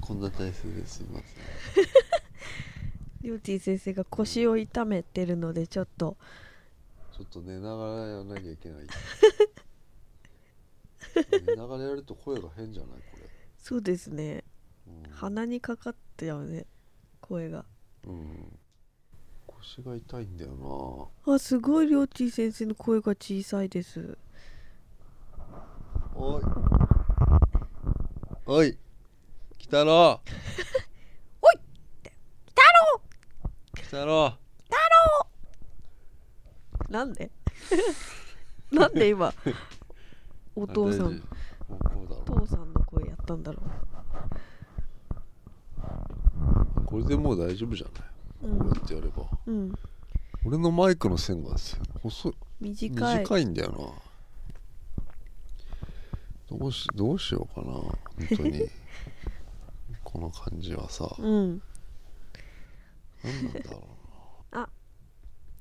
こんな体勢ですいませんりょうちぃ先生が腰を痛めてるのでちょっとちょっと寝ながらやらなきゃいけ ない寝ながらやると声が変じゃないこれ、そうですねうん、鼻にかかってたよね声がうん腰が痛いんだよあすごいりょうちぃ先生の声が小さいですなおいおい来たろおい太郎来たろなんで なんで 今おお父さんもうこうだおろ父さんの声やったんだろこれでもう大丈夫じゃなう、いこうやってやればうんうん、俺のマイクの線がさ細い短い短いんだよなどうしどうしようかな本当 にこの感じはさうん何なんだろ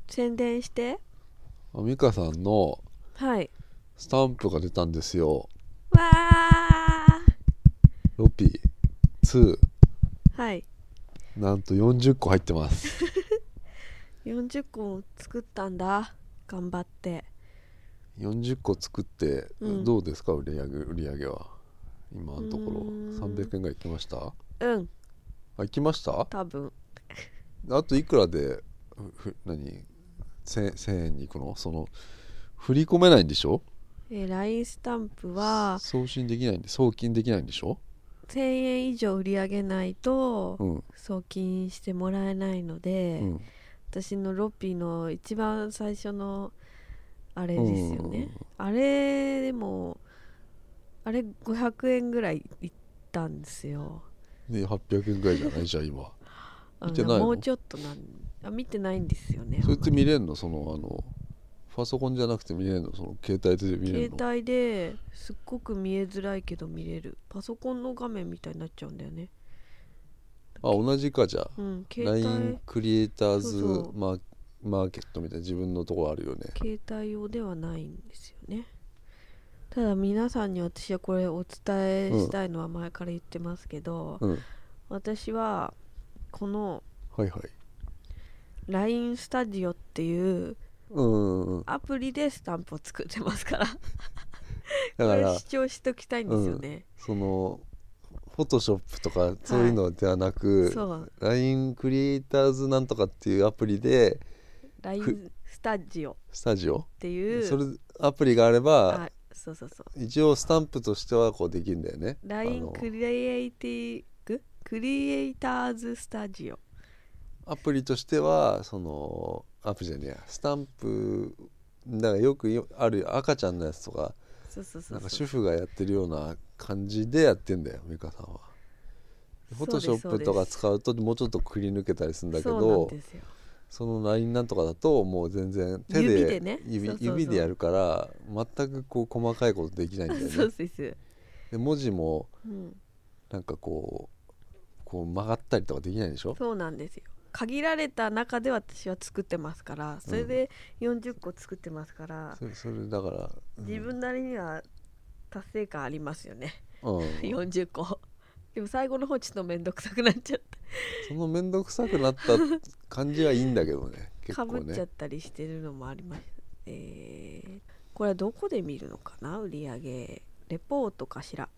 宣伝してうなあ美香さんのはいスタンプが出たんですよわロピーーはい2なんと40個入ってます40個も作ったんだ頑張って40個作って、うんどうですか売り上げ売り上げは今のところうーん300円ぐらいいきましたあうん行きました多分あといくらでふふ何 1000, 1000円に行くのその振り込めないんでしょえー LINE スタンプは送信できないんで送金できないんでしょ1000円以上売り上げないとうん送金してもらえないので、うん私のロッピーの一番最初のあれですよね、あれでもあれ500円ぐらいいったんですよで800円ぐらいじゃないじゃあ今あ見てないのもうちょっとなんあ見てないんですよねそれって見れんのそのあのパソコンじゃなくて見れんのその携帯で見れんの携帯ですっごく見えづらいけど見れるパソコンの画面みたいになっちゃうんだよねあ同じかじゃあうん携帯 LINE クリエイターズそうそうマーマーケットみたいな自分のとこあるよね携帯用ではないんですよねただ皆さんに私はこれお伝えしたいのは前から言ってますけど、うん私はこのはいはい LINE スタジオっていううんうんうんアプリでスタンプを作ってますからこだかれら主張しときたいんですよね、そのフォトショップとかそういうのではなく、そう LINE クリエイターズなんとかっていうアプリで LINE スタジオっスタジオていうそれアプリがあればあそうそうそう一応スタンプとしてはこうできるんだよね LINE クリエイティグクリエイターズスタジオアプリとしてはそのアプリじゃねえやスタンプだからよくよある赤ちゃんのやつとかそうそうそなんうかそ主う婦がやってるような感じでやってんだよ美香さんは。フそォうでトすショップとか使うともうちょっとくり抜けたりするんだけそうなどんですよその LINE なんとかだともう全然手で指でね指そうそうそう指でやるから全くこう細かいことできないんだよ そうね。です、で文字もうん、なんかこうこう曲がったりとかできないでしょそうなんですよ限られた中で私は作ってますからそれで40個作ってますから、それそれだから、うん自分なりには達成感ありますよね、うん、 40個でも最後の方ちょっと面倒くさくなっちゃっその面倒くさくなった感じはいいんだけど ねて結か構ぶっちゃねったりしてるのもありましたえーこれはどこで見るのかな売り上げレポートかしら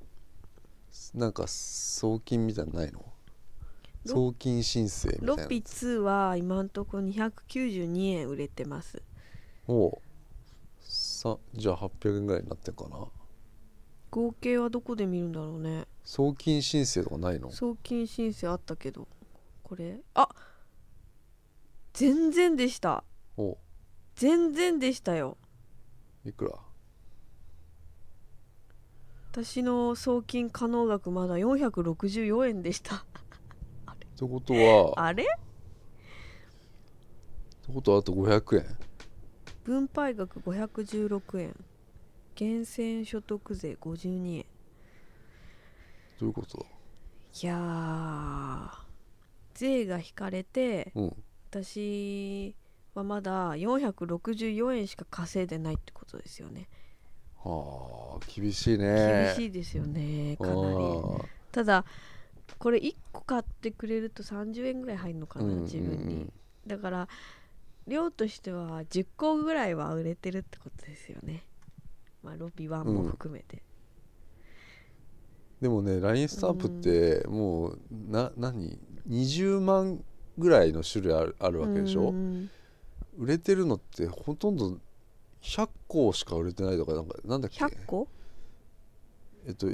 なんか送金みたいなのないのロ送金申請みロたいなピ2は今んとこ292円売れてますをさじゃあ800円ぐらいになってるかな合計はどこで見るんだろうね送金申請とかないの送金申請あったけどこれあ全然でしたお全然でしたよいくら私の送金可能額まだ464円でしったてことはっあれてことはあと500円分配額516円源泉所得税52円どういうことだいやー税が引かれてうん私はまだ464円しか稼いでないってことですよね、はあ厳しいね厳しいですよねかなりあただこれ1個買ってくれると30円ぐらい入るのかな、自分に、だから量としては10個ぐらいは売れてるってことですよねまあロビワンも含めて、でもね LINE スタンプってもうな何20万ぐらいの種類あるあるわけでしょ、うん売れてるのってほとんど100個しか売れてないとかなんかなんだっけ100個えっと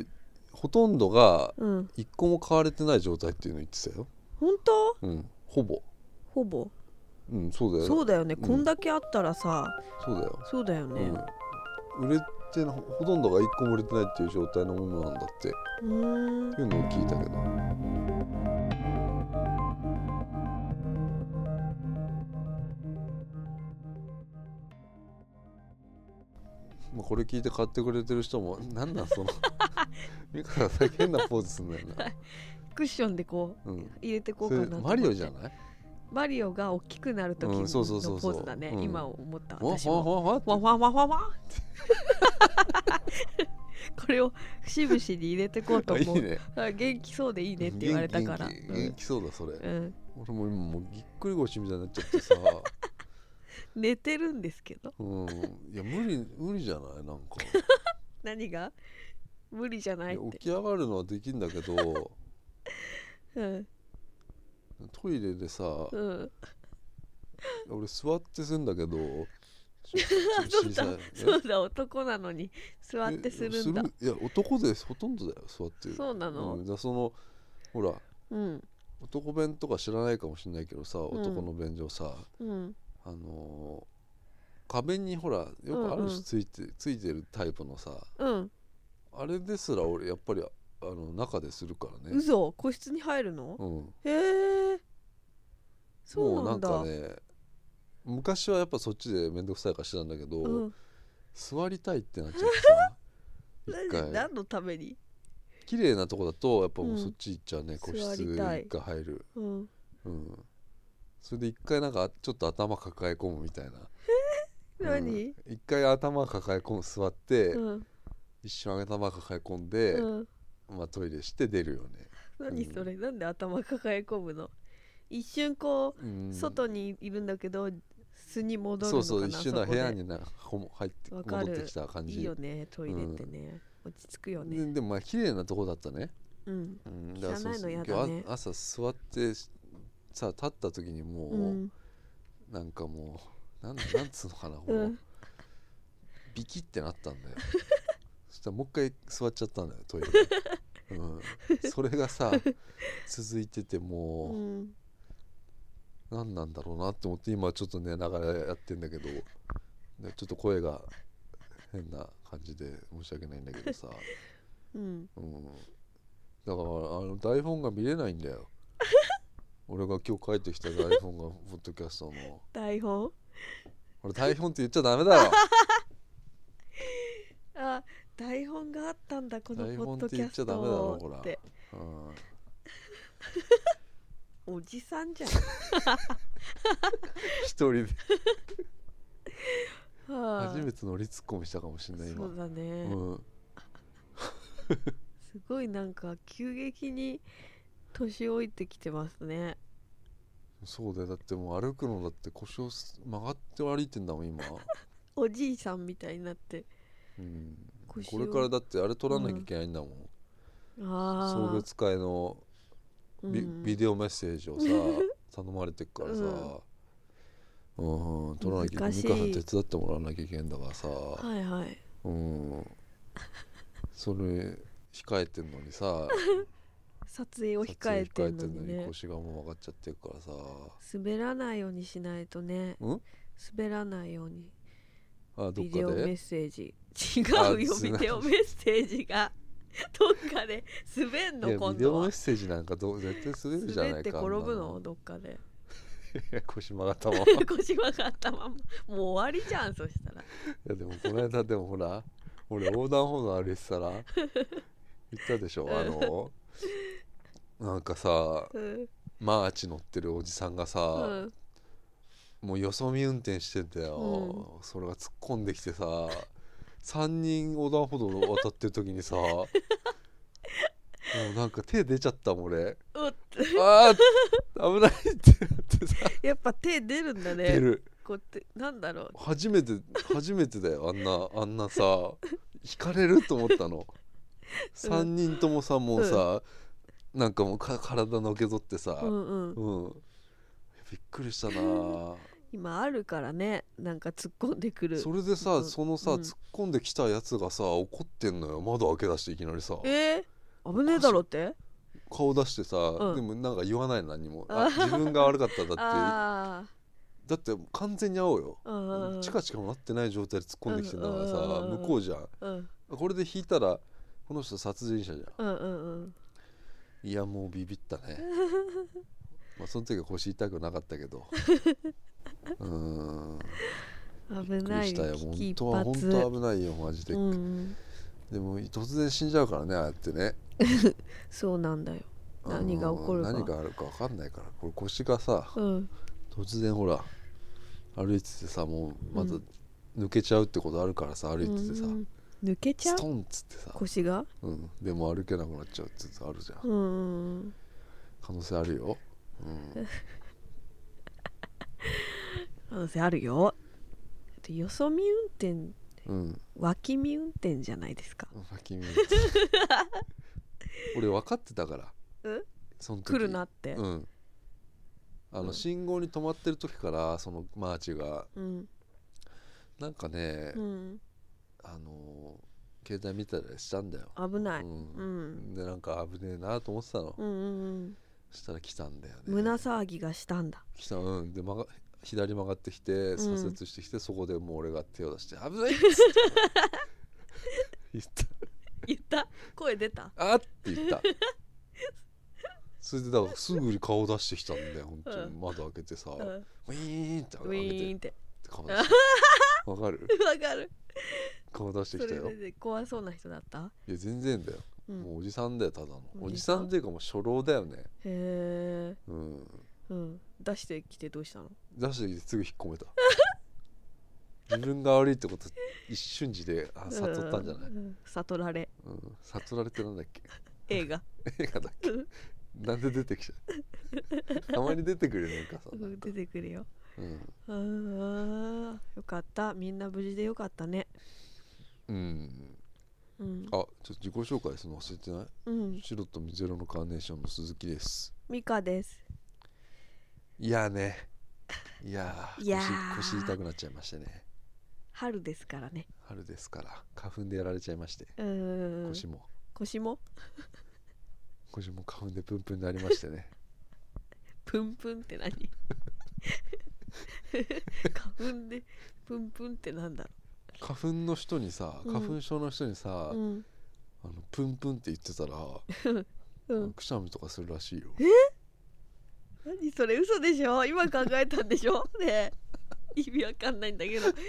ほとんどがうん1個も買われてない状態っていうの言ってたよ本当うんほぼほぼうんそうだよそうだよね、うんこんだけあったらさそうだよ、そうだよねうん、売れてなほとんどが1個も売れてないっていう状態のものなんだってうーんいうのを聞いたけどまあこれ聞いて買ってくれてる人もなんなんそのミカさんだけ変なポーズすんだよな、クッションでこううん、入れてこうそかなれと思ってマリオじゃないマリオが大きくなる時のうポんそうそうそうそうーズだね、うん今思ったわ私わもわわわわわわわ わこれを節々に入れてこうとい思ういねあ元気そうでいいねって言われたから元気元気元気そうだそれ、うんうん俺も今もうぎっくり腰みたいになっちゃってさ寝てるんですけどうんいや無理無理じゃないなんか何が無理じゃないいっや起てき上がるのはできんだけどうんトイレでさうん俺座ってすんだけど そうだえ そうだ男なのに座ってするんだえするいや男でほとんどだよ座ってそうなうのん、だからそのほらうん男弁とか知らないかもしれないけどさん男の便所さ、うんあのー壁にほらよくあるうんうんしついて、ついてるタイプのさうんあれですら俺やっぱりあの中でするからね、嘘個室に入るのうん、へえそもううななんんだかね昔はやっぱそっちで面倒くさいからしてたんだけど、うん座りたいってなっちゃ ってさ一何回何のために綺麗なとこだとやっぱもううんそっち行っちゃうね、個座室りたいが入るうんうんそれで一回なんかちょっと頭抱え込むみたいな何うん一回頭抱え込む座って、うん一瞬頭抱え込んで、うんまあ、トイレして出るよね、何それなんで頭抱え込むの一瞬こうんう外にいるんだけど巣に戻るそのうかなそう一瞬なこ部で屋になこも入ってわかる戻ってきた感じいいよねトイレってね、落ち着くよねででもまあ綺麗なとこだったね、うんうん、汚いのそうそう嫌だね今日あ朝座ってさ立った時にもう、うんなんかもうなんなんつうのかな、こううんビキってなったんだよそしたらもう一回座っちゃったんだよトイレで、うん、それがさ続いててうもんう、何なんだろうなって思って今ちょっと寝ながらやってんだけどでちょっと声が変な感じで申し訳ないんだけどさ、うんうん、だからあの台本が見れないんだよ俺が今日帰ってきた台本がポッドキャストの台本俺台本って言っちゃダメだよあ台本があったんだこの台ポ本ッっドてキ言ャっちゃスダメだろトほらってうんおじさん じゃん一人ではあ初めて乗りツッコミしたかもしれない今そうだね、うんすごいなんか急激に年老いてきてますねそうだよだってもう歩くのだって腰をす曲がって歩いてんだもん今、おじいさんみたいになってうん、腰こをれからだってあれ取らなきゃいけないんだもん、あ送ー別会のビ,、うんビデオメッセージをさ 頼まれてっからさ、うん取らなきゃいけな難いしい美香さん手伝ってもらわなきゃいけないんだからさ、はいはいうんそれ控えてんの にさ撮影を撮控影えてんのに控えね腰がもう曲がっちゃってるからさ滑らないようにしないとねうん滑らないようにあどっビデオかメでッセージあ違うよつなビデオメッセージが どっかで滑んいのや今ビデオ度メッはセージなんかどう絶対滑るじゃないか滑って転ぶあんなのどっかでいや腰曲が ったままい腰曲がったままもう終わりじゃんそしたらやでもこの間でもほら俺横断歩道歩いてたら言ったでしょあのなんかさうんマーチ乗ってるおじさんがうさ、んもうよそ見運転してんだよ、それが突っ込んできてさ3人横断歩道を渡ってる時にさもうなんか手出ちゃったもん俺うっああ危ないってなってさやっぱ手出るんだ出ねるこうってなんだろう初めて初めてだよあんなあんなさ惹かれると思ったの3人ともさもうさ、なんかもうか体のけぞってさ、うんうんうん、びっくりしたなあ今あるからねなんか突っ込んでくるそれでさ、うんそのさ、うん突っ込んできたやつがさ怒ってんのよ窓開け出していきなりさえー、危ねえだろって顔出してさ、うんでもなんか言わないの何もあ自分が悪かっただっ あてだって完全に会おうよあうんうんチカチカもなってない状態で突っ込んできてんだからさ、うんうんうん向こうじゃんうんこれで引いたらこの人殺人者じゃうんうんうんんいやもうビビったね まあその時は腰痛くなかったけ どうーん危びっくなりいしたよ危機本一当は本髪当危ないよマジで、うんうん、でも突然死んじゃうからねああやってねそうなんだよ何が起こるかうん何があるか分かんないからこれ腰がさうん突然ほら歩いててさもうまた抜けちゃうってことあるからさ歩いててさ、うん抜けちゃスうトンっつってさ、腰がうん、でも歩けなくなっちゃうってやつあるじゃん、うんうんうん可能性あるよ、うん、可能性あるよあとよそ見運転うん脇見運転じゃないですかまあ君 俺分かってたからうんその時来るなってうんあうのん信号に止まってる時からそのマーチがうんなんかね、うんあのー携帯見たりしたんだよ、危ないううんんでなんか危ねえなと思ってたの、うんうんしたら来たんだよねうん胸騒ぎがしたんだ来たうんで曲が左曲がってきてん左折してきて、そこでもう俺が手を出して「危 ない!」っつって言った言った声出たあっって言ったそれでだからすぐに顔出してきたんだよ本当うに窓開けてさ、うウィんーンってウ開けてィーンって 顔出してわかるわかる顔出してそきたれよで怖そうな人だったいや全然だよ、うんもうおじさんだよただのおおじじささんんっていうかもう初老だよねへえうんうん出してきてどうしたの出してきてすぐ引っ込 めた自分が悪いってこと一瞬時であ悟ったんじゃない、うんうん悟 られうん、悟られてなんだっ け映画映画だっけうんなんで出てきちゃ うたまに出てくれないかさ、うん出てくるようんあーよかったみんな無事でよかったねうん、うんあちょっと自己紹介するの忘れてないうん白と水色のカーネーションの鈴木ですミカですいやねいやーいやー腰腰痛くなっちゃいましてね春ですからね春ですから花粉でやられちゃいましてうーん腰も腰も腰も花粉でプンプンになりまして ねプンプンって何 花粉でプンプンってなんだ花粉の人にさうん花粉症の人にさ、ろううんあのプンプンって言ってたら、うんくしゃみとかするらしいよ何それ嘘でしょ今考えたんでしょねえ意味わかんないんだけどだか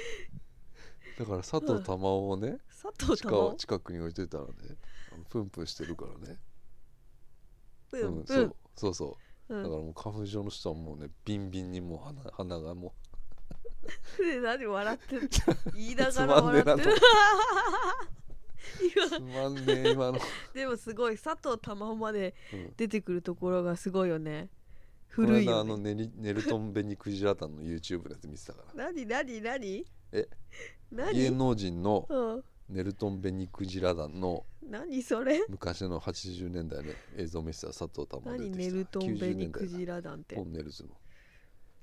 ら佐藤珠緒をね、佐藤近をと近くに置いといたらねあのプンプンしてるからね、プンそプンうそうそううだかんらもう花粉症の人はもうねビンビンにもう鼻鼻がもで何笑っ てる言いなつがらまんね笑えなってるうつ 今まんねえ今の、でもすごい佐藤珠緒までうん出てくるところがすごいよねこの 古い間よあのねネリネルトン・ベニクジラタンの YouTube のやつ見てたか何何何えら芸何能人のうんネルトン・ベニクジラタンの何それ昔の80年代の映像を見せたら佐藤珠緒出何てきネたルトンベニク90年代ジラ団ってだトンネルズの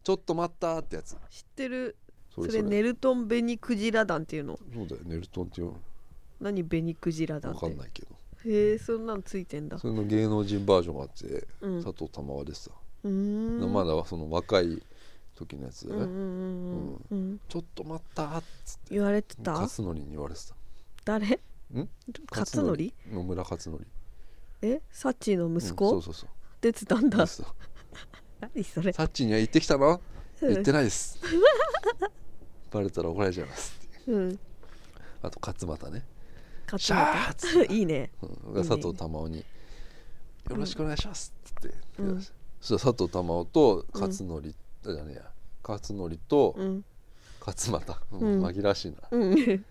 ちょっと待ったーってやつ知ってるそそれれそれネルトンベニクジラ団っていうのそうだよネルトンっていうの何ベニクジラ団わっかてんないけどへえそんなのついてんだそれの芸能人バージョンがあってうん佐藤珠緒でさ、うーんまだその若い時のやつうだんうね、んうんうんうんちょっと待ったーっつって言われてた勝則に言われてた誰んん勝則野村勝則えサッチーの息う子んそうそうそう出てたんだです何それサッチーには行ってきたのうん行ってないですバレたら怒られちゃいますっていううんあと勝俣ね、勝シャーっつ俣いいねうん、いいねが佐藤珠緒に「よろしくお願いします」って言って、うんそしたら佐藤珠緒と勝則、あじゃねえや勝則とうん勝俣、ん紛らわしいな、うん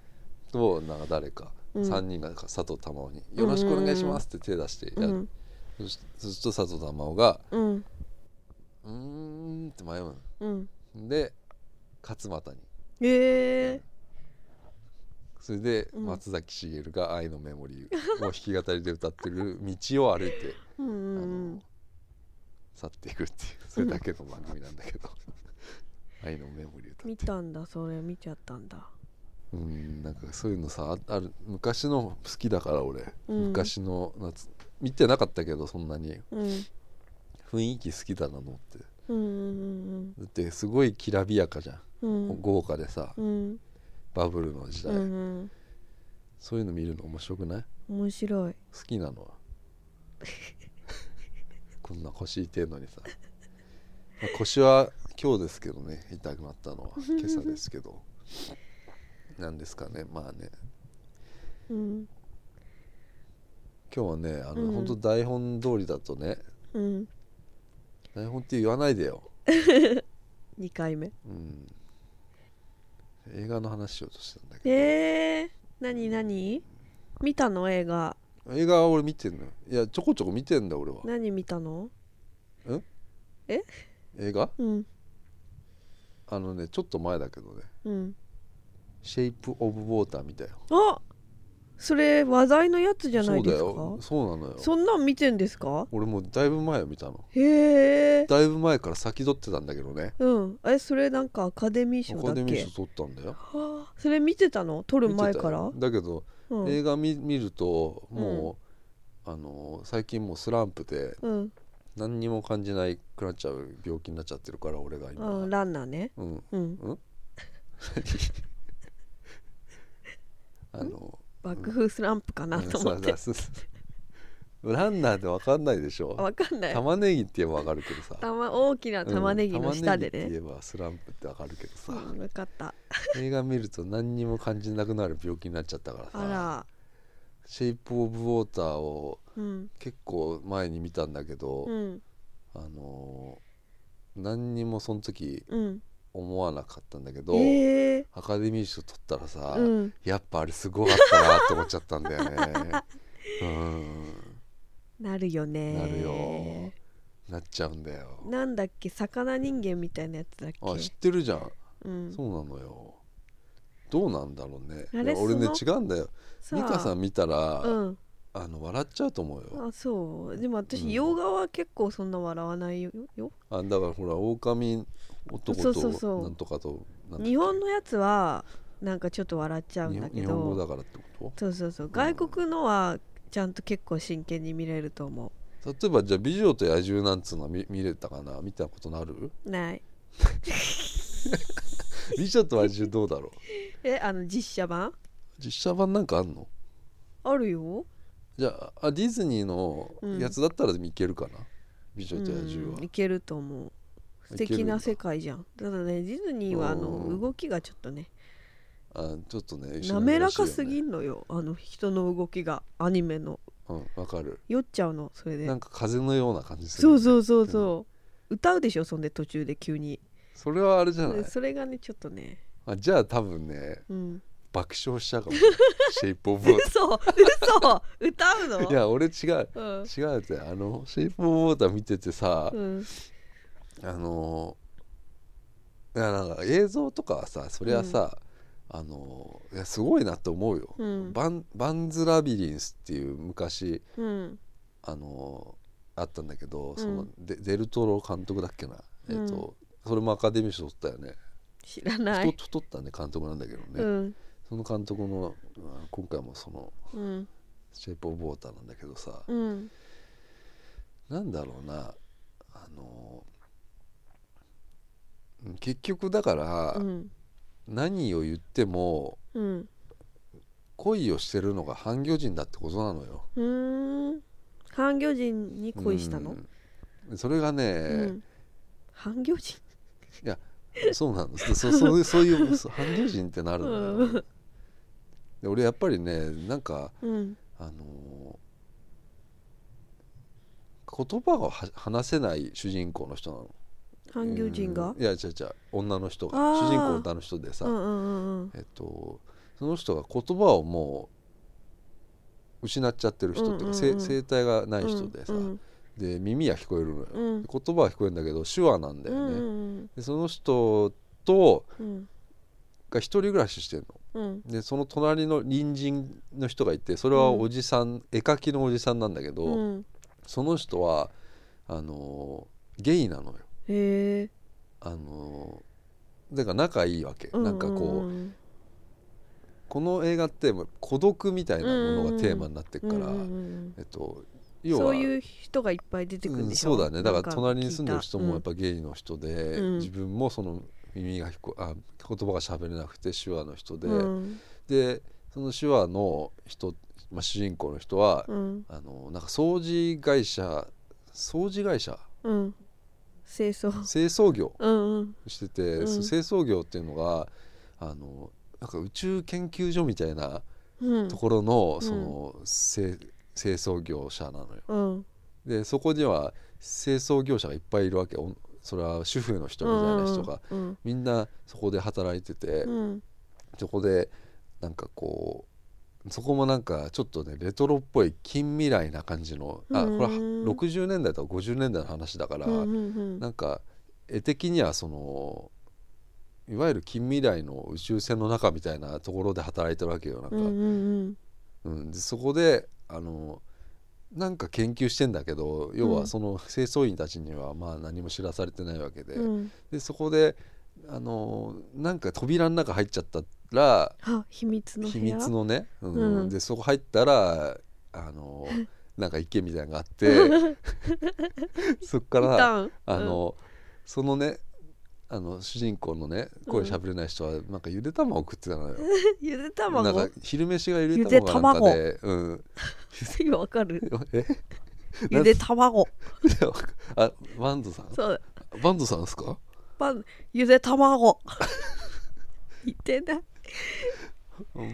となんか誰かうん3人が佐藤珠緒に「よろしくお願いします」って手出してうやる、んそしそうすると佐藤珠緒がうん「うーん」って迷ううんんで勝俣にえそれでうん松崎しげるが「愛のメモリー」を弾き語りで歌ってる道を歩いて、ー、うんあうんの去っていくって いうそれだけの番組なんだけど 「愛のメモリー」歌って見たんだそれ見ちゃったんだうんなんかそういうのさあある昔の好きだから俺、うん昔の夏見てなかったけどそんなにうん雰囲気好きだなのってうんうんだってすごいきらびやかじゃん、うんうん豪華でさ、うんバブルの時う代、んうんそういうの見るの面白くない面白い好きなのは こんな腰痛えのにさ、まあ腰は今日ですけどね痛くなったのは今朝ですけどなんですかねまあねうん今日はねあの、うん本当台本通りだとねうん台本って言わないでよ、 2回目うん、映画の話しようとしてたんだけえー、何何見たの映画ど映画は俺見てんのよいやちょこちょこ見てんだ俺は何見たの映画うんあのねちょっと前だけどねうん「シェイプ・オブ・ウォーター」見たよあそれ話題のやつじゃないですかそうだよそうなのよそんなん見てんですか俺もうだいぶ前よ見たのへえだいぶ前から先取ってたんだけどねうんえそれなんかアカデミー賞アだカっけデミー賞取ったんだよはあそれ見てたの撮る前から見てたよだけど、うん映画見見るともう、あの最近もうスランプでうん何にも感じないくなっちゃう病気になっちゃってるから俺が今、あランナーねうん、うんあの爆風スランプかなと思ってうん そうそうそうランナーでわかんないでしょわかんない玉ねぎって言えばわかるけどさたま大きな玉ねぎの下でうん玉ねぎね、って言えばスランプってわかるけどさ、うん、分かった映画見ると何にも感じなくなる病気になっちゃったからあさら「シェイプ・オブ・ウォーター」をうん結構前に見たんだけど、うんあのー何にもその時うん思わなかったんだけど、ええアカデミー賞取ったらさ、うんやっぱあれすごかったなって思っちゃったんだ よね。うんなるよねなるよなっちゃうんだよ。なんだっけ魚人間みたいなやつだっけあ知ってるじゃん、うんそうなのよどうなんだろうねあれいや俺ねそ違うんだよさ美香さん見たら、うんあの笑っちゃうと思うよあそうでもうん私洋画は結構そんな笑わないよあだからほら狼そ男うそうそとうなんとかとなんだっけ日本のやつはなんかちょっと笑っちゃうんだ日け日本語どだからってこそうそうそう外国のはちゃんと結構真剣に見れると思と例えばじゃあ「美女と野獣」なんつうのは見見れたかな見たことな るうない美女と野獣どうだろうえあの実写版実写版なんかあんのあるよじゃああディズニーのやつだったらいけるかな、美女と野獣はうんいけると思う素敵な世界じゃんただねディズニーはあうのん動きがちょっとねあちょっとね滑らかすぎるんのよあの人の動きがアニメのうんわかる酔っちゃうのそれでなんか風のような感じするそようねそうそうそう、歌うでしょそんで途中で急にそれはあれじゃないそれがねちょっとねあじゃあ多分ねうん爆笑しちゃうかもし れないシェイプ・オブ・ウォー嘘嘘歌うターのいや俺違ううん違うってあのシェイプ・オブ・ウォーター見ててさ、うんあのいやなんか映像とかはさそれはさ、あのいやすごいなと思うよ、うんバンバンズ・ラビリンスっていう昔うんあのあったんだけど、んそのデデルトロ監督だっけな、うんえっとそれもアカデミー賞取ったよね知らない、太太ったね監督なんだけどね、うんその監督のうん今回もそのうんシェイプ・オブ・ウォーターなんだけどさ、うんなんだろうなあのうん結局だから、うん何を言ってもうん恋をしてるのが半魚人だってことなのよ。うーん半魚人に恋したの、うんそれがね、うん半魚人そうなのそ そそういうそういうそう半魚人ってなるのよ。うんで俺やっぱりねなんかうんあの言葉がは話せない主人公の人なの。半魚人がうんいや違う違う女の人があー主人公女の人でさ、うんうんうんえっと、その人が言葉をもう失っちゃってる人っていうか、うんうんうんせ声帯がない人でさ、うんで耳は聞こえるのよ、うん言葉は聞こえるんだけど手話なんだうよね、んうんでその人とうんが一人暮らししてるうんのでその隣の隣人の人がいてそれはおじさん、絵描きのおじさんなんだけど、うんその人はあのーゲイなのよへえあのーだから仲いいわけ、なんかこう、うんこの映画ってもう孤独みたいなものがテーマになってうくんかうら、んえっとうん要はそういう人がいっぱい出てくるんでしょうんそうだねだから隣に住んでる人もやっぱぱゲイの人で、うん自分もその耳がひこあ言葉が喋れなくて手話の人で、うんでその手話の人、まあ、主人公の人は、うんあのなんか掃除会社掃除会社うん清掃清掃業うんうんしてて、うんその清掃業っていうのがあのなんか宇宙研究所みたいなうんところの、その清清掃業者なのよ。うんでそこには清掃業者がいっぱいいるわけおんそれは主婦の人みたいな人が、うんみんなそこで働いてて、うんそこでなんかこうそこもなんかちょっとねレトロっぽい近未来な感じのあこれはうん60年代とか50年代の話だから、うんうんなんか絵的にはそのいわゆる近未来の宇宙船の中みたいなところで働いてるわけよなんか、うんうんうん、でそこであのなんか研究してんだけど要うはんその清掃員たちにはまあ何も知らされてないわけで,、うんでそこであのなんか扉の中入っちゃったらあ秘密の部秘屋密のね、うんうんでそこ入ったらあ のなんか池みたいなのがあってそこかいらたんあの、そのねあの主人公のね声喋れない人はなんかゆで卵食ってたのよ。ゆでな卵んか昼飯がゆで卵かなんかで、うん、今わかるえゆで卵 あバンドさんそうバンドさんですかパンゆで卵言ってない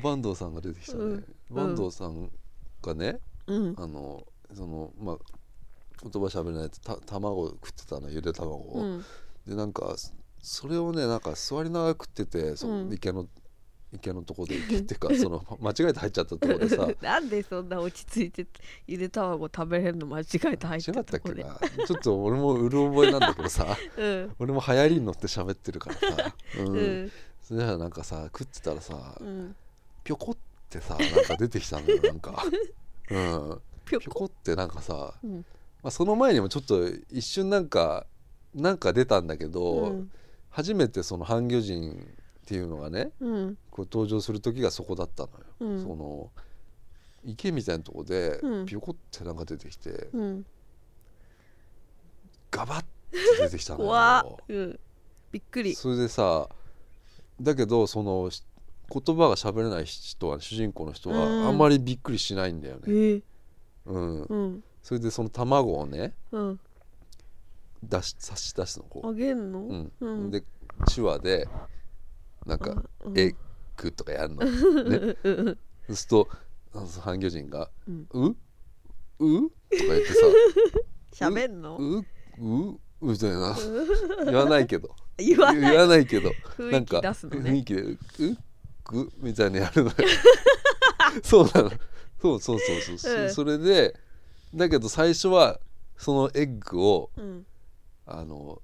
バンドさんが出てきたね、うんバンドさんがねうんあのそのまあ言葉喋れないとた卵食ってたのゆで卵を、うんでなんかそそれをねなんか座りながら食っててそのうん池の、池のとこで池っていう かその間違えて入っちゃったとこでさなんでそんな落ち着いてゆで卵食べれるの間違えて入っ違てったたっとこけでなちょっと俺もうる覚えなんだけどさうん俺も流行りに乗って喋ってるから さ、うんうんそれじゃなんかさ食ってたらさ、うんぴょこってさなんか出てきたのよなん か、うん、ぴょぴょここってなんかさ、うんまあ、その前にもちょっと一瞬なんかなんか出たんだけど、うん初めてその半魚人っていうのがねうんこう登場する時がそこだったのよ。うんその池みたいなとこでうんぴょこってなんか出てきて、うんガバッて出てきたの怖っよ。うんびっくりそれでさだけどそのし言葉が喋れない人は主人公の人はうんあんまりびっくりしないんだよね。えーうん、うんそれでその卵をねうん出し差し出すのこあげんう、うのんうんで手話でなんかう「んエッグ」とかやる の、ね、うんそうするとあの半魚人がう「んううとか言 ってさ喋「んのううみたいな言わないけど 言わないないけど雰囲気なんか出すのね雰囲気で「うぐ」みたいなのや るのよ そうなのそうそうそうそう、そうんそれでだけど最初はそのエッグをうんあの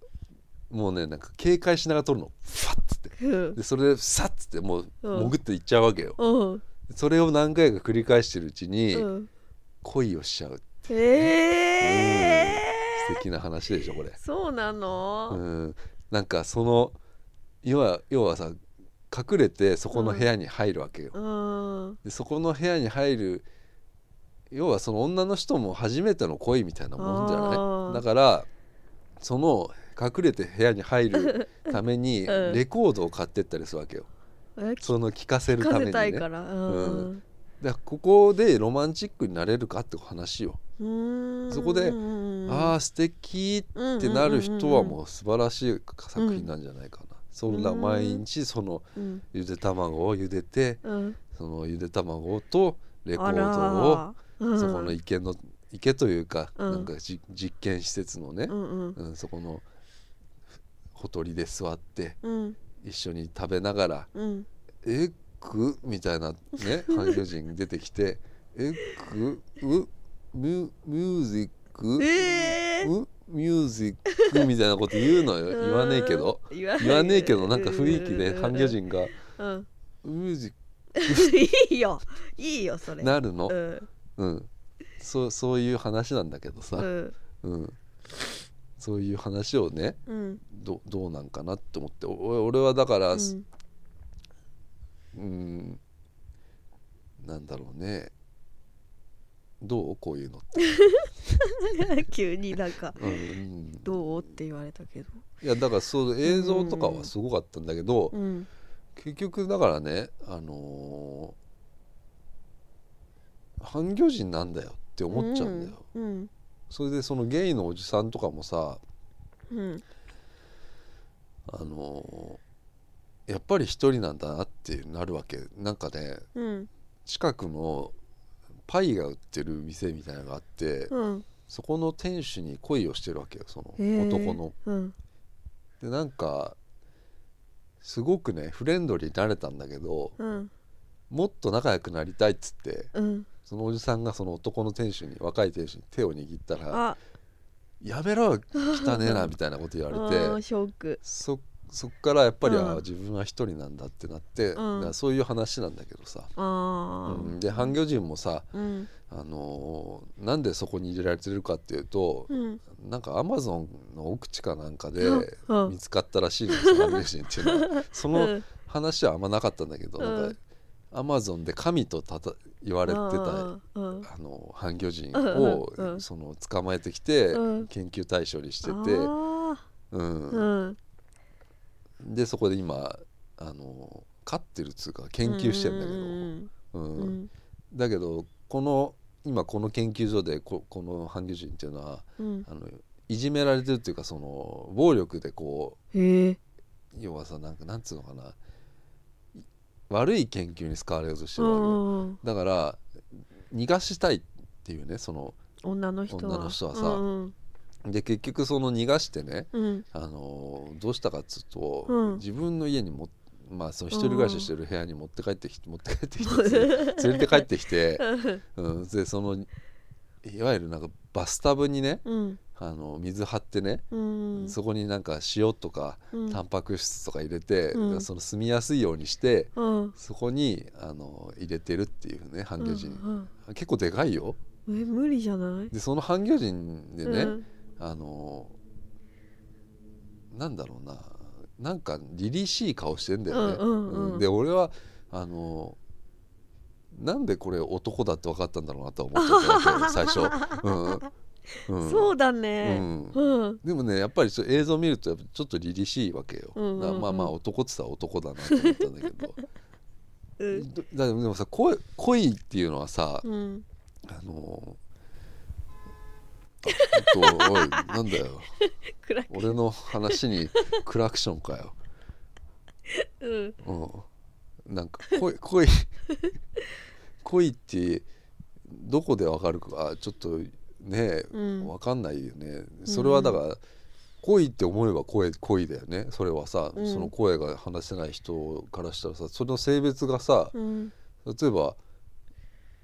もうねなんか警戒しながら取るのファッつってうんでそれでサッつってもううん潜っていっちゃうわけよ、うんそれを何回か繰り返してるうちに、うん恋をしちゃうええ素敵な話でしょこれ、そうなうのん、なんかその要は要はさ隠れてそこの部屋に入るわけよ、うんでそこの部屋に入る要はその女の人も初めての恋みたいなもんじゃあないーだからその隠れて部屋に入るために うんレコードを買ってったりするわけよ、えその聞かせるたかめにせたいねかだからうんらここでロマンチックになれるかって話よ、うんそこでうんああ素敵ってなる人はもう素晴らしい作品なんじゃないかな、そんな毎日そのうんゆで卵をゆでてうんそのゆで卵とレコあーらドをうんそこの池の池というか、うんなんかじ実験施設のねう、んうんそこのほとりで座ってうん一緒に食べながらうん 「エッグ」みたいなね半魚人出てきて「エッグうミュミュージック、えーうミュージックみたいなこと言うのよ言わねえけど言わ言わねえけどなんか雰囲気で半魚人人がうん ミュージッいいよいいよそクれなるのうんうんそうそういう話なんだけどうさんうんそういう話をねうん どどうなんかなって思ってお俺はだからううんんなんだろうねどうこういうのって急になんかうんうん「どう?」って言われたけどいやだからそう映像とかはすごかったんだけど、うん結局だからねあのー半魚人なんだよって思っちゃうんだよ、うんそれでそのゲイのおじさんとかもさうんあのーやっぱり一人なんだなってなるわけなんかねうん近くのパイが売ってる店みたいなのがあってうんそこの店主に恋をしてるわけよそのへー男の。うんでなんかすごくねフレンドリーになれたんだけどうんもっと仲良くなりたいっつってうんそのおじさんがその男の店主に若い店主に手を握ったらあ「やめろ汚ねえな」みたいなこと言 あわれーてショックそそっからやっぱり、うんあー自分は一人なんだってなって、だんからそういう話なんだけどさ、あうーんで半魚人もさ、うんあのーなんでそこに入れられてるかっていうと、うんなんかアマゾンの奥地かなんかでうん見つかったらしいのよその半魚人っていう のはそうのん話はあんまなかったんだけど、なうんんかアマゾンで神とたた言われてたうんあの半魚人うんうんうをんその捕まえてきてうん研究対象にしてて、あうんーうんでそこで今あの飼ってるっつうか研究してんだけど、うんうんうんうんだけどこの今この研究所でここの半魚人っていうのはうんあのいじめられてるっていうかその暴力でこうへえ要はさなんかなんつうのかない悪い研究に使われようとしてうるわけよ、んうんだから逃がしたいっていうねその女の人は女の人はさうんで結局その逃がしてね、うんあのーどうしたかっつうと、うん自分の家にもまあその一人暮らししてる部屋に持って帰ってきて持って帰ってきて 連れて帰ってきて、うん、でそのいわゆるなんかバスタブにねうんあの水張ってね、うんそこになんか塩とかうんタンパク質とか入れて、うんその住みやすいようにしてうんそこにあの入れてるっていうね半魚人、うん結構でかいようんえ無理じゃないでその半魚人でね、うんあのなんだろうななんか凛々しい顔してんだよね、うんうんうんで俺はあのなんでこれ男だって分かったんだろうなとは思ってたわけよ最初、うんうん そうだうねんうんでもねやっぱりちょ映像見るとやっぱちょっと凛々しいわけよ、うんうんうんだからまあまあ男って言ったら男だなと思ったんだけどうんどだでもさ恋恋っていうのはさ、うんあのえっとおいなんだよ暗い俺の話にクラクションかよ、うんうん、なんか恋恋恋ってどこでわかるかあちょっとねうんわかんないよねそれはだから恋って思えば恋恋だよねそれはさ、うんその声が話せない人からしたらさその性別がさうん例えば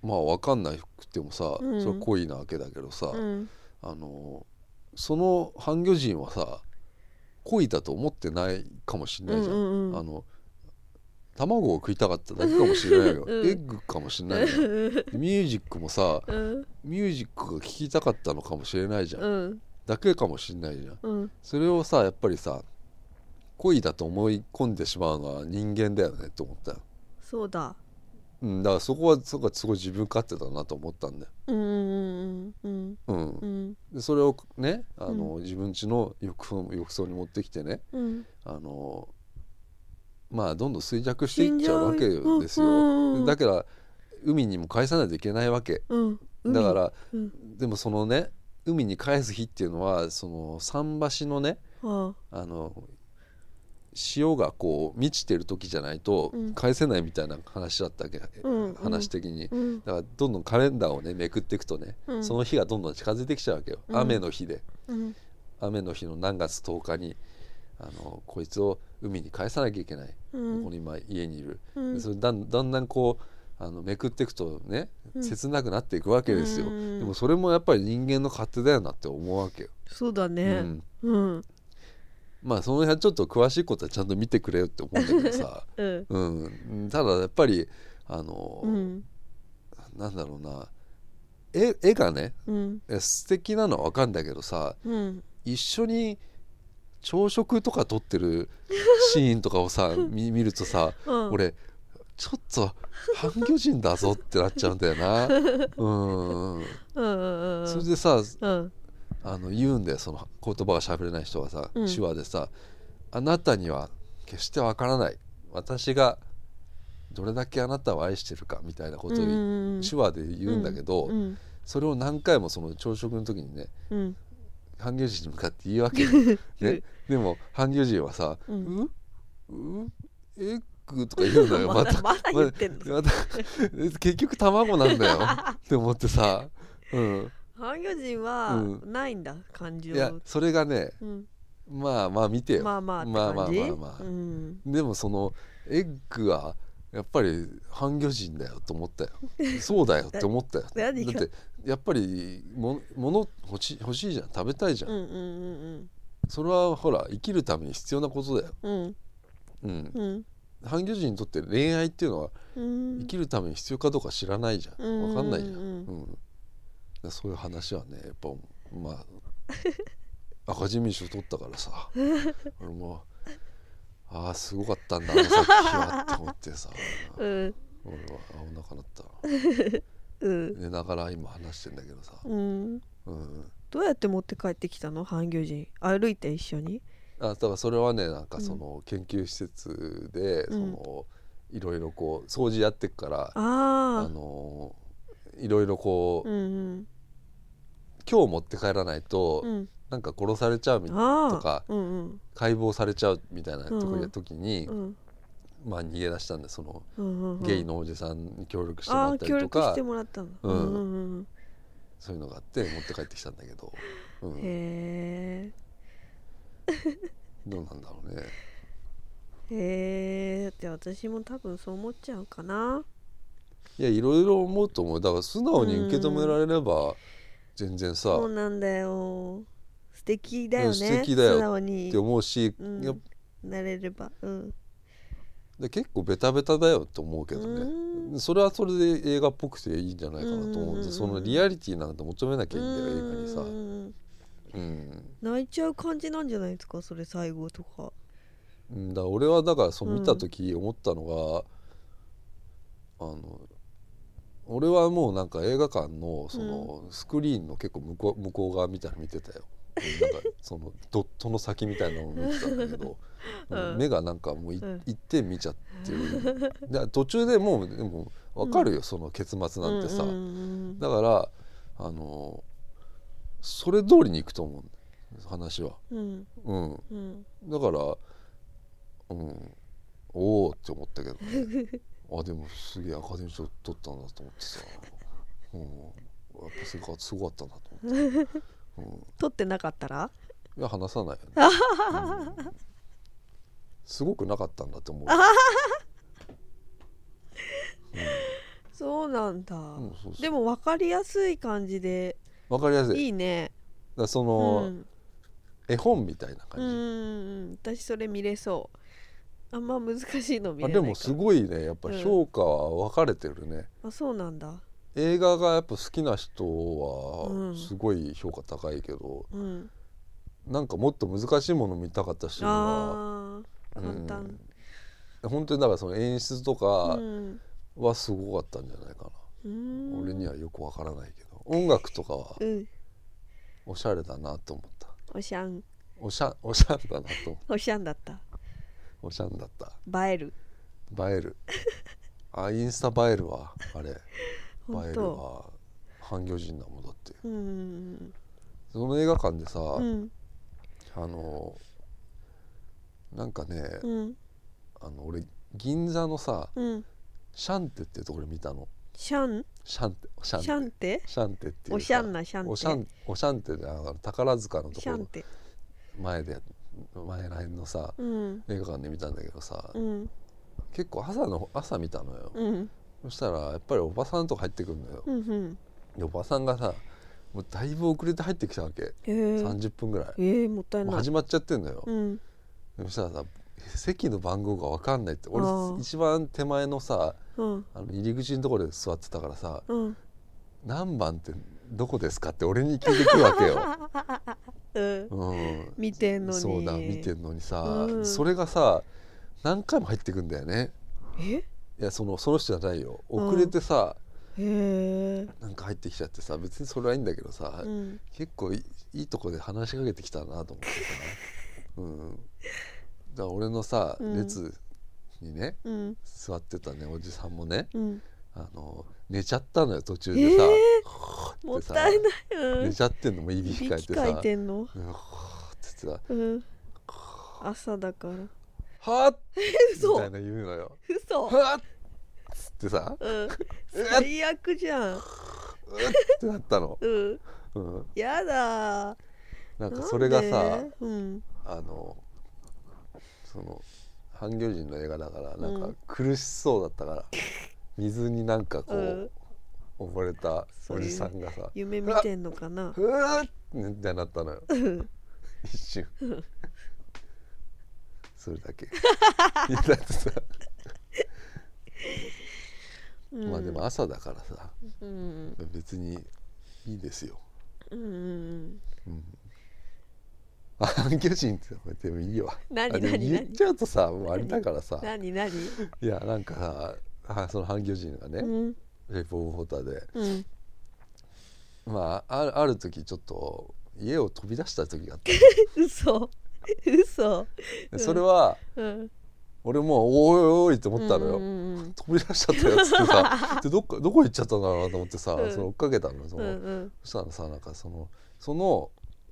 まあわかんなくてもさ、うんそれは恋なわけだけどさ、うんあのその半魚人はさ恋だと思ってないかもしれないじゃん,、うんうんうんあの卵を食いたかっただけかもしれないよ、 うんエッグかもしれないよミュージックもさうんミュージックが聴きたかったのかもしれないじゃん、うんだけかもしれないじゃんうんそれをさやっぱりさ恋だと思い込んでしまうのは人間だよねと思ったよ、そうだうん、だからそこはそこはすごい自分勝手だなと思ったんだよ、うんうんうんうんうんうんでそれをねあの、自分家の浴槽浴槽に持ってきてねうんあのまあどんどん衰弱していっちゃうわけ死んじゃうですうんうんうよ。んだから海にも返さないといけないわけ。うん海だからうんでもそのね海に返す日っていうのはその桟橋のねああの潮がこう満ちてる時じゃないとうん返せないみたいな話だったわけ、んうん話的に。あうんだからどんどんカレンダーをねめくっていくとね、うんその日がどんどん近づいてきちゃうわけよ、うん雨の日で。うん雨の日の何月10日にあのこいつを海に返さなきゃいけない、うんこの今家にいる、うんそれだんだんだんこうあのめくっていくとねうん切なくなっていくわけですよ、うんでもそれもやっぱり人間の勝手だよなって思うわけよ、そうだうねん、うんまあその辺ちょっと詳しいことはちゃんと見てくれよって思うんだけど さ、うんうん、ただやっぱりあの、うんなんだろうな絵絵がねうんえ素敵なのは分かんだけどさうん一緒に朝食とか撮って るシーンとかをさ見見るとさうん俺ちょっと半魚人だぞってなっちゃうんだよ な。うんうんうんうんそれでさうんあの言うんだよその言葉が喋れない人はさ、うん手話でさ「あなたには決してわからない私がどれだけあなたを愛してるか」みたいなことをうん言うんうんう手話で言うんだけど、うんそれを何回もその朝食の時にねうん半魚人に向かって言うわ けよ、ね、でも半魚人はさ「ううんん、うえっく」とか言う のよままだたまだ言ってんのまた結局卵なんだよって思ってさ、うん、半魚人はうないんだ感い情やそれがねうんまあまあ見てよ、まあまあってまあまあ感じまあまあうんでもそのエッグはやっぱり半魚人だよと思 ったよそうだよって思ったよだっ何がてやっぱりも物欲しい欲しいじゃん食べたいじゃん、うんうんそれはほら生きるために必要なことだよ、うんうんうん、うん半魚人にとって恋愛っていうのはうん生きるために必要かどうか知らないじゃん、うんわかんないじゃん、うんうんだからそういう話はねやっぱ まあアカデミー賞取ったからさ俺もああすごかったんだあの作品はって思ってさうん俺は青なかなったうん寝ながら今話してんだけどさ、うんうん、どうやって持って帰ってきたの半魚人歩いて一緒にあだからそれはねなんかその研究施設で、うんそのいろいろこう掃除やってくから、あああのいろいろこう、うん今日持って帰らないと、うんうんなんか殺されちゃうみたいああとかうんうん解剖されちゃうみたいなとこうんうやん時に、うんまあ逃げ出したんでそのうんうんうんゲイのおじさんに協力してもあらあったり協と力かしてもらったんだうんうんうんそういうのがあって持って帰ってきたんだけど、ううんん、へどうなんだろうねえへえだって私も多分そう思っちゃうかないやいろいろ思うと思うだから素直に受け止められれば全然さ、そうなんだよ素敵だうよねん素敵だよ素直ってに思うし、うんやっなれればうんで結構ベタベタだよと思うけどうねそれはそれで映画っぽくていいんじゃないかなと思うんうんううんんでそのリアリティなんて求めなきゃいいんだよ映画にさう。んうん泣いちゃう感じなんじゃないですかそれ最後とかうんだ俺はだからそううん見た時思ったのが、あの俺はもうなんか映画館のそのスクリーンの結構向こう向こう側みたいなの見てたよ。なん かそのドットの先みたいなのを見てたんだけど、うん目がなんかもういうん一点見ちゃってる で途中でもうでも分かるよ、その結末なんてさ、うんうんだからあのそれ通りにいくと思う話は、うんうん、うんだからうんおおって思ったけ ど、ね、あでもすげえアカデミー賞取ったんだと思ってさ、うん、やっぱすごすごかったなと思って、うん、撮ってなかったらいや話さないよね、うんすごくなかったんだと思う、 そうなんだ、うん、そうそうでも分かりやすい感じでわかりやすいだかいいねらそうの、ん絵本みたいなうんう感ん私それ見れそうあんま難しいのじ、見あれないでからもすごいねやっぱ評価は分かれてるね、あそうなんだ映画がやっぱ好きな人うはんすごい評価高いけど、うんなんかもっと難しいもの見たかった人にはああう簡ん単本当にだからその演出とうかん、はすごかったんじゃないかうんな、俺にはよくわからないけど音楽とかはうんおしゃれだなと思ったおしゃんおしゃおしゃれだなとおしゃんだったおしゃんだった映える映え るあインスタ映えるわあれ映本える当わ半魚人だもんだってうんその映画館でさ、うんあのなんかね、うんあの俺銀座のさうんシャンテっていうところ見たのシャンシャンテシャンテシャシャンンテテっていうさおしゃんなシャンテおしゃんおしゃんってねあの宝塚のとシこャンろテ前で前らへんのさうん映画館で見たんだけどさ、うん結構朝の朝見たのよ、うんそしたらやっぱりおばさんとか入ってくるのようんうんでおばさんがさもうだいぶ遅れて入ってきたわけ、えー、 30分ぐらいえー、もったいもうない始まっちゃってんのよう、んそしたらさ席の番号が分かんないってあ俺ー一番手前のさうんあの入り口のところで座ってたからさうん「何番ってどこですか?」って俺に聞いてくるわけ よ。うんうん、見てんのにそうだ見てんのにさ、うんそれがさ何回も入ってくんだよね。えへいやそのその人じゃないよ遅れてさ、えなんか入ってきちゃってさ別にそれはいいんだけどさ、うん結構いいいいとこで話しかけてきたなと思ってさ、うん、だから俺のさ、うん列にねうん座ってたねおじさんもねうんあの寝ちゃったのよ途中でさ、えほーってもっさたいないうん寝ちゃってんのもういびいきびかいきてかいさてんのうんほーって言ってうん朝だからさ「はっ!」みた嘘いな言うのよ「嘘はっ!」つってさ うん最悪じゃ「うんっ!」ってなったの、うんうん、やだーなんかそれがなさんでうんあのその半魚人の映画だからなんうかん苦しそうだったから、水になんかこうんう、溺れたそうおいうじさんがさ夢見てんのか「なうわっ!」みたいになったのようん一瞬それだけいやだってさまあでも朝だからさうん別にいいですよ、うんうんうん、あ半魚人って言ってもいいわ何あでも何言っ何ちゃうとさもうあれだからさ何何いやなんかさはその半魚人がうね、んレポーフォーターでうんまああるある時ちょっと家を飛び出した時があっ 嘘嘘てそれはうん俺もうおいおいおいって思ったのよ、うんうんうん飛び出しちゃったやつって さでどっかどこ行っちゃったんだろうなと思ってさ、うんその追っかけたのよそうんの、うんそしたらさなんかそのその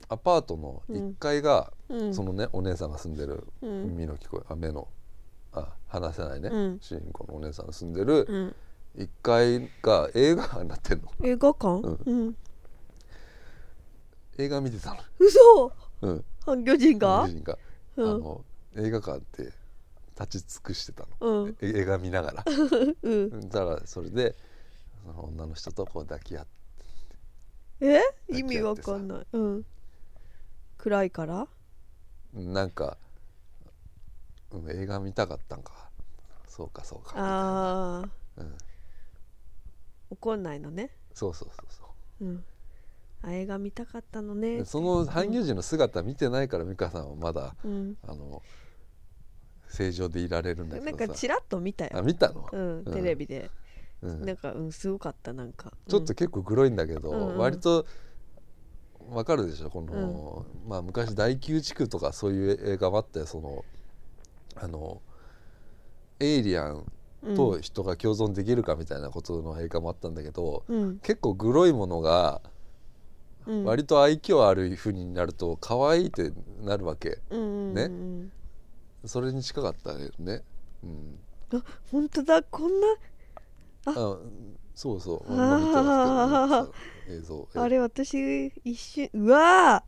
アパートの1階が、うんそのねお姉さんが住んでるうん耳の聞こえあ目のあ話せないね、うん主人公のお姉さんが住んでるうん1階が映画館になってんの映画館ううん映画見てたの。嘘うん半魚人が主人が、うあんの映画館って立ち尽くしてたの、うんえ映画見ながら うんだからそれでその女の人とこう抱き合ってえ意味わかんないうん暗いからなんか、うん、映画見たかったんかそうかそうか、あーうん、怒んないのねそうそうそうそううんあ映画見たかったのでねその半魚人の姿見てないから美香さんはまだうんあの正常でいられるんだけなんどかさちらっと見たあよ見たの、うんテレビでうんなんかうんすごかったなんかちょっと結構グロいんだけど、うんうん割とわかるでしょこの、まあ昔大宮地区とかそういう映画もあったよそのあのエイリアンうんと人が共存できるかみたいなことの映画もあったんだけど、うん結構グロいものがうん割と愛嬌ある風になると可愛いってなるわけうんうんねうんそれに近かったよね。うん、あ本当だこんなああそう そうあー俺も見てますけど、ね、映像 あれ私一瞬うわ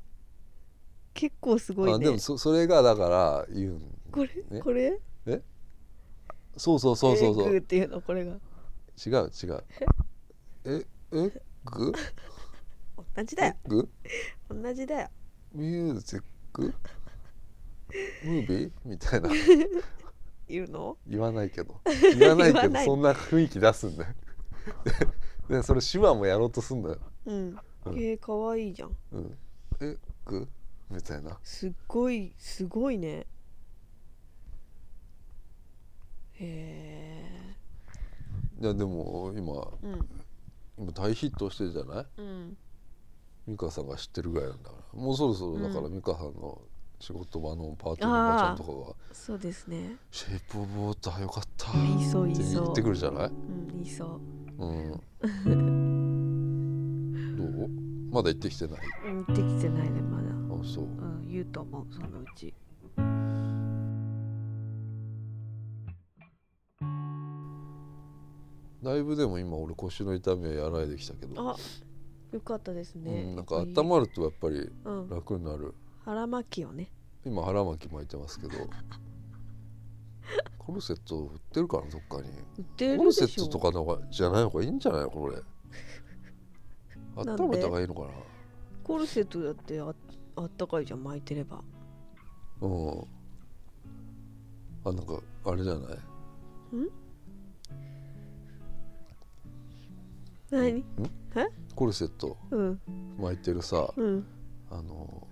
ー結構すごいあねでもそそれがだから言うんこれねこれそうそうそうそうそエッグうっていうのこれが違う違うえエッグ同エじだッよグ同じだよミュージックムービーみたいな言うの言わないけど言わないけ言わどないそんな雰囲気出すんだよ ででそれ手話もやろうとすんだよ、うんうんえー、かわいいじゃんうん、エッグみたいなすっごいすごいねへいやでも今えうん今大ヒットしてるじゃないうん美香さんが知ってるぐらいなんだからもうそろそろだからう美香さんの仕事場のパーティーのおばちゃんとかがそうですね「シェイプ・オブ・ウォーターよかった」っ言いそう言いてそ言うってくるじゃないうんいいそううん どうまだ行ってきてないうんできてないねまだあそううん言うと思うそのうちだいぶでも今俺腰の痛みは和らいできたけど、あよかったですうね、ん、なんか温まるとやっぱりうん楽になる腹巻きをね 今腹巻き巻いてますけどコルセット売ってるからどっかに売ってコルるセでしットとょかの方がじゃない方がいいんじゃないこれなんで温めた方がいいのかなコルセットだってああったかいじゃん巻いてればうんあなんかあれじゃない何コルセットうん巻いてるさうんあの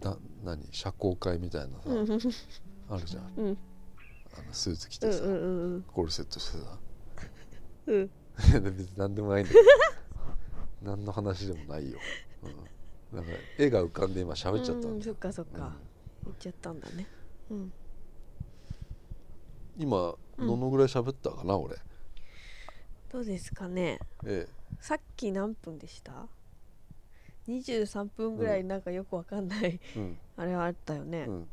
な何社交会みたいなさ、うんうんあるじゃんうんあのスーツ着うてんさ、うんコルセットしてさ うんいや別に何でもないんだけ ど何の話でもないよ、うん、なんか絵が浮かんで今喋っちゃったうんんだそっかそっかうん言っちゃったんだねうん今うんどのぐらい喋ったかな、俺どうですかねええさっき何分でした23分ぐらいなんかよくわかんない、うん、あれあったよね、うん、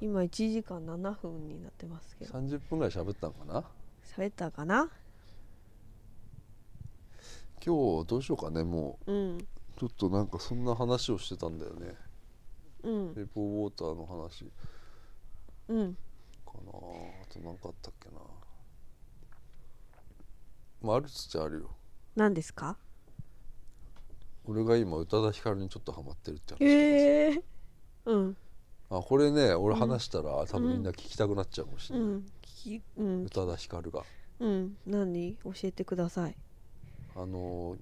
今1時間7分になってますけど30分ぐらい喋ったのかな喋ったかな今日どうしようかねもうんうちょっとなんかそんな話をしてたんだよねうんレポウォーターの話うんかなあと何かあったっけなまああるっつっちゃあるよ何ですか俺が今宇多田ヒカルにちょっとハマってるって話してええー、うんます、あこれね俺話したら、多分みんな聞きたくなっちゃうかもしうれない、ん聞きうん宇多田ヒカルがうん何教えてくださいあのー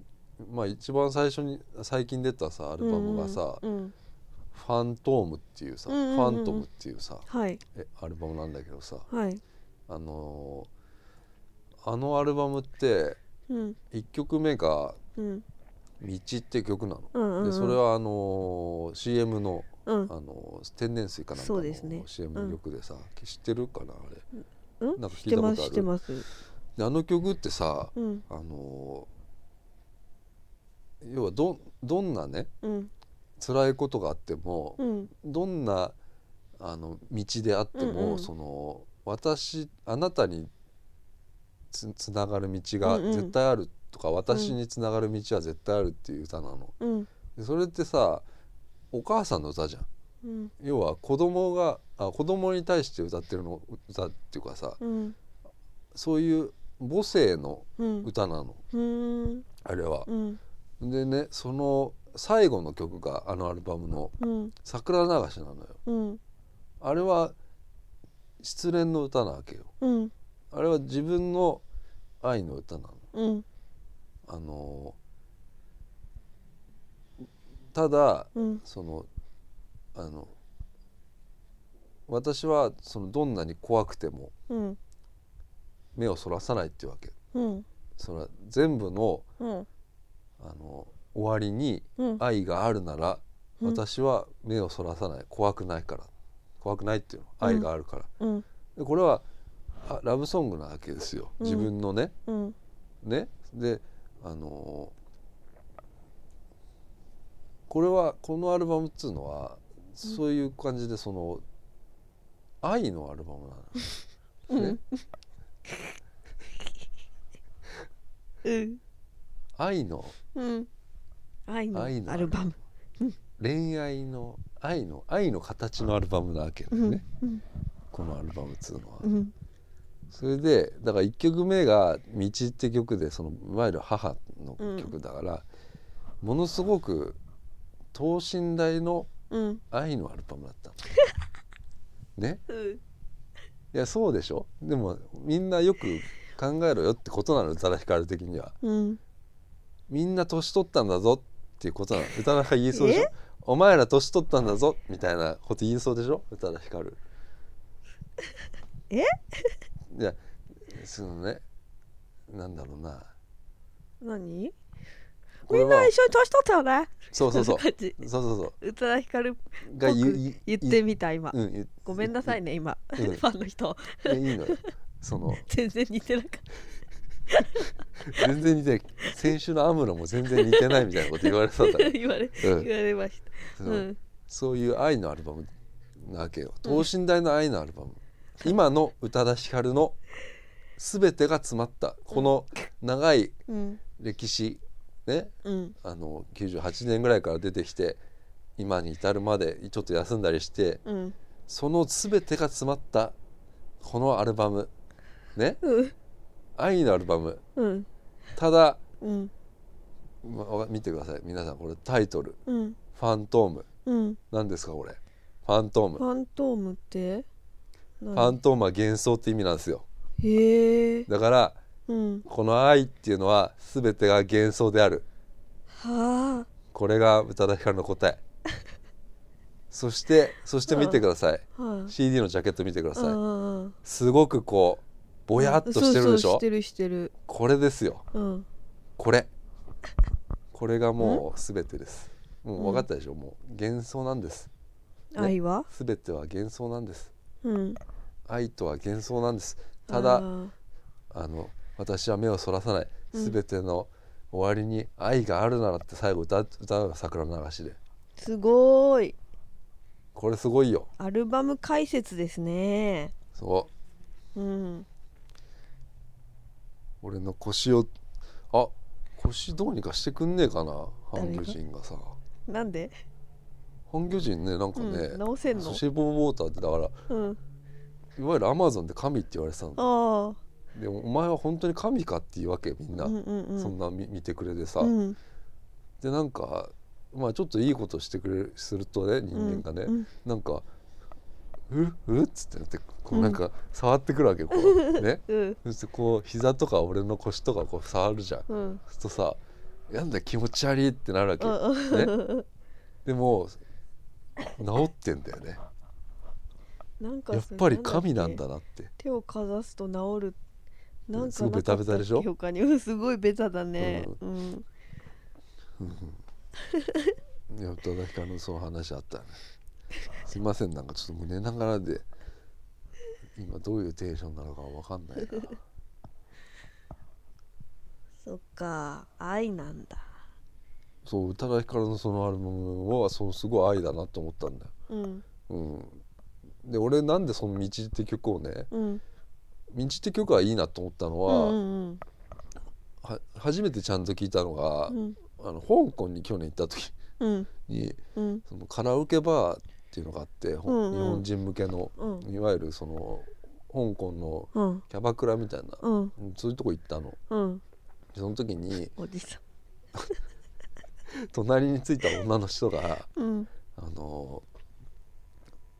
まあ一番最初に最近出たさアアルバムがさ「うんうんファントーム」っていうさ「うんうんうんファントム」っていうさはいえアルバムなんだけどさはいあのーあのアルバムってうん1曲目がうん「道」って曲なの。うんうんうんでそれはあのー CM のうんあのー天然水かなんかそのうですね CM の曲でさ、知ってるかなあれうんなんか聞知っいてたことあまるす知ってますであの曲ってさうんあのー要はどどんなねうん辛いことがあっても、うんどんなあの道であっても、うんうんその私あなたにつつながる道がうんうん絶対あるとか、私につながる道は絶対あるっていう歌なの。うんでそれってさお母さんの歌じゃん。うん要は子供があ子供に対して歌ってるの歌っていうかさうんそういう母性のうん歌なの、うんあれはう。んでねその最後の曲があのアルバムのうん「桜流し」なのよ。うんあれは失恋の歌なわけようんあれは自分の愛の歌なのうんあのただうんそのあの私はそのどんなに怖くてもうん目をそらさないっていうわけうんそれは全部のうんあの終わりにうん愛があるならうん私は目をそらさない怖くないから怖くないっていうの愛があるから、うんでこれはあラブソングなわけですようん自分のね、うんねであのーこれはこのアルバムっつうのはそういう感じでその、愛のアルバム なの、ねうん愛のうん愛の愛のアルバム恋愛の愛の愛の形のアルバムなわけだうよんね、うんこのアルバムっつうのは。うんそれでだから1曲目が「道」って曲でそのいわゆる母の曲だから、ものすごく等身大のうん愛のアルバムだったの。ねうんいやそうでしょでもみんなよく考えろよってことなの宇多田ヒカル的には。うんみんな年取ったんだぞっていうことなの宇多田が言いそうでしょお前ら年取ったんだぞみたいなこと言いそうでしょ宇多田ヒカルえ いやそのねなんだろうな何こみれんなは一緒に年取ったよねそうそうそうこんな感じそうそうそ宇多田ヒカルっうぽが言うく言言ってみた今うん言ごめんなさいね今フうんァンの人いやいいのよその全然似てなかっ全然似てない先週のアムロも全然似てないみたいなこと言われてたんだたよ言われうん言われましそたうのんそういう愛のアルバムなわけよ等身大の愛のアルバム、今の宇多田ヒカルの全てが詰まったこの長いうん歴史ねうんあの98年ぐらいから出てきて今に至るまでちょっと休んだりしてうんその全てが詰まったこのアルバムねうん愛のアルバムうんただ、うんまわ見てください皆さんこれタイトルうん「ファントームうん」何ですかこれファントームファントームってフファントームは幻想って意味なんですよへえだからうんこの愛っていうのは全てが幻想であるはあこれが宇多田ヒカルの答えそしてそして見てください、はい、 CD のジャケット見てください、うんうんすごくこうぼやっとしてるでしそうそうょしてるしてるこれですようんこれこれがもう全てですもう分かったでしょ、もう幻想なんです愛は、全ては幻想なんですうん愛とは幻想なんですたあだーあの私は目をそらさないうん全ての終わりに愛があるならって最後歌歌うの桜の流しですごーいこれすごいよアルバム解説ですねそううん俺の腰をあ腰どうにかしてくんねえかな半誰が魚人がさなんで半魚人ねなんかね、うん、直せんのソシボウォーターってだからうんいわゆるアマゾンで神って言われてたのあでもお前は本当に神かっていうわけみんな、あうんうんうんそんな見見てくれてさ、うんでなんかまあちょっといいことしてくれるするとね人間がね、うんうんなんか「ううっ?」つってなってこうなんか触ってくるわけよこ うねうんそしてこう膝とか俺の腰とかこう触るじゃん、うんそうするとさ「やんだ気持ち悪い」ってなるわけ、うんね、でも治ってんだよ ねなんかやっそれぱり神なんだっけなって手をかざすと治るなんすかごいなベかタベったっけタでしょ他にうんすごいベタだねうんいや宇多田ヒカルのその話あったねすいませんなんかちょっと胸ながらで今どういうテンションなのかわかんないなそっか愛なんだそう宇多田ヒカルのそのアルバムはそうすごい愛だなと思ったんだよ、うんうん、で俺なんでその「道」って曲をねうん「道」って曲はいいなと思ったのうは,、んうんは初めてちゃんと聞いたのが、うんあの香港に去年行った時うんにうんそのカラオケバーっていうのがあって、ほうんうん日本人向けの、うんいわゆるその香港のうんキャバクラみたいな、うんそういうとこ行ったのうんその時におじさ隣についた女の人がんうんあの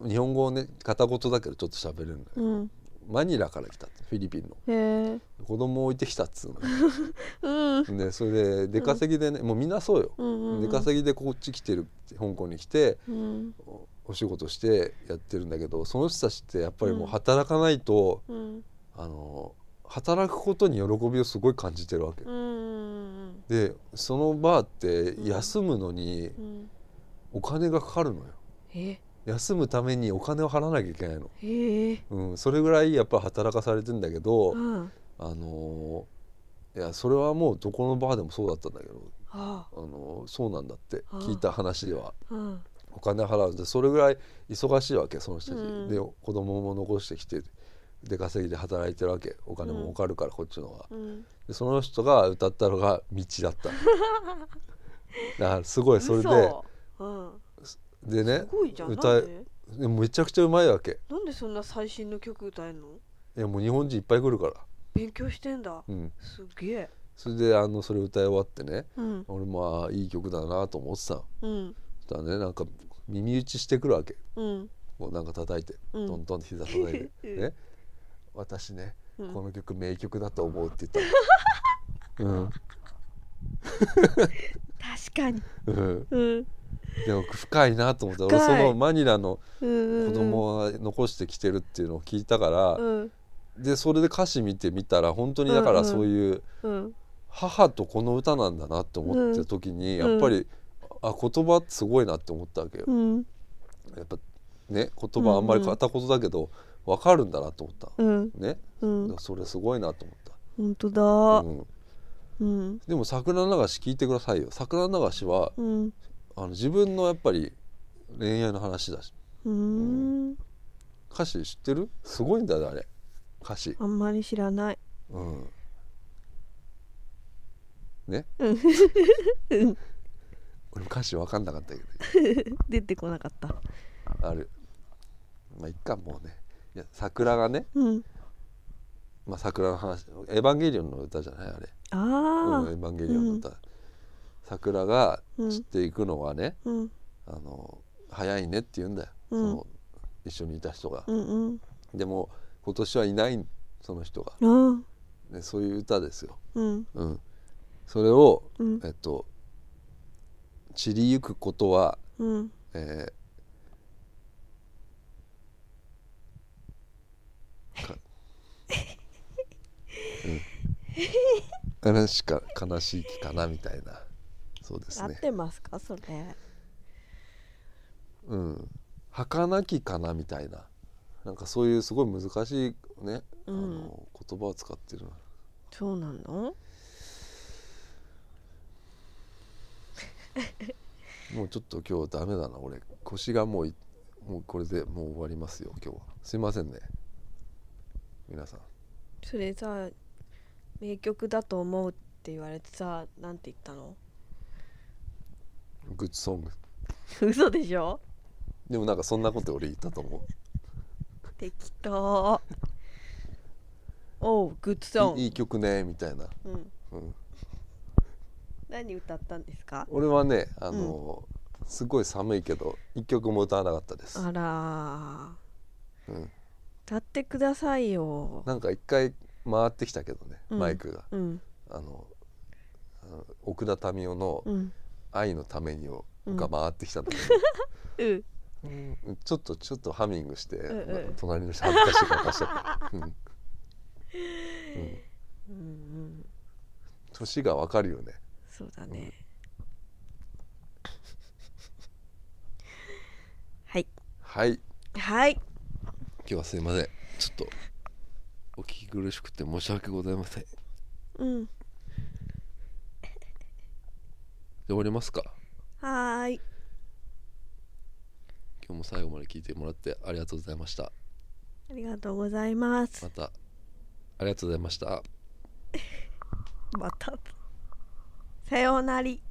日本語をね片言だけどちょっと喋れるんだようんマニラから来たってフィリピンのへえ子供を置いてきたっつううんのでそれで出稼ぎでね、もうみんなそうよ、うんうん出稼ぎでこっち来てる香港に来てうんおお仕事してやってるんだけどその人たちってやっぱりもう働かないと、うんあの働くことに喜びをすごい感じてるわけ、うんでそのバーって休むのにうんお金がかかるのよえ休むためにお金を払わなきゃいけないの、へえうん、それぐらいやっぱ働かされてんだけど、うんあのーいやそれはもうどこのバーでもそうだったんだけど、ああのーそうなんだってああ聞いた話ではうんお金払うんでそれぐらい忙しいわけその人たち、うんで子供も残してきて出稼ぎで働いてるわけお金も儲かるからこっちの方が、うんでその人が歌ったのが「道」だった だからすごいそれで嘘うんですねごいじゃん歌なえんででもめちゃくちゃうまいわけなんでそんな最新の曲歌えんのいやもう日本人いっぱい来るから、勉強してんだうん、すげえそれであのそれ歌い終わってねうん俺もあーいい曲だなと思ってたのうんそしたらねなんか耳打ちしてくるわけうんこうなんか叩いて、うんトントンって膝叩 いて、うんね私ね、うんこの曲名曲だと思うって言ったの確かにうん、うん、うんでも深いなと思って俺深そいのマニラのうん子供が残してきてるっていうのを聞いたから、うんでそれで歌詞見てみたら本当にだからそういう、うん母とこの歌なんだなって思った時に、うんやっぱりあ言葉ってすごいなって思ったわけよ、うんやっぱね言葉あんまり片言だけど分かるんだなと思った、うんねうんそれすごいなと思っ本当た、だうん、うんでも桜流し聞いてくださいよ桜流しはうんあの自分のやっぱり恋愛の話だしうん歌詞知ってるすごいんだよねあれ歌詞あんまり知らないうんね俺も歌詞分かんなかったけど出てこなかったあるまあいっかもうねいや桜がね、うんまあ、桜の話「エヴァンゲリオン」の歌じゃないあれ「あうん、エあヴァンゲリオン」の歌、桜がうん散っていくのはね、うんあの早いねって言うんだよ、うんその一緒にいた人がう、んでも今年はいないその人が、うんあね、そういう歌ですよ、あうんうん、それを、うんえっと「散りゆくことは、うんえーかうん、悲しか悲しい気かなみたいなそうです合っねてますかそれうん儚きかなみたいななんかそういうすごい難しいね、うんあの言葉を使ってるなそうなのもうちょっと今日ダメだな俺腰がもういもうこれでもう終わりますよ今日はすいませんね皆さんそれさ名曲だと思うって言われてさなんて言ったのグッズソング 嘘でしょでもなんかそんなこと俺言ったと思う適当 おうグッドソンいいい曲ねみたいな、うん、うん、何歌ったんですか俺はねあの、すごい寒いけど一曲も歌わなかったです、あらうん、ー歌ってくださいよなんか一回回ってきたけどね、うんマイクがうんあのあの奥田民生のうん「愛のためにを」うんが回ってきたんだけうんど、うんちょっとちょっとハミングして、うんうん隣の人恥ずかしいから貸しちゃった、うん、うんうん年がわかるよねそうだね、 はいはいはい今日はすいませんちょっとお聞き苦しくて申し訳ございませんでうん終わりますかはーい今日も最後まで聞いてもらってありがとうございましたありがとうございますまたありがとうございましたまたさようなり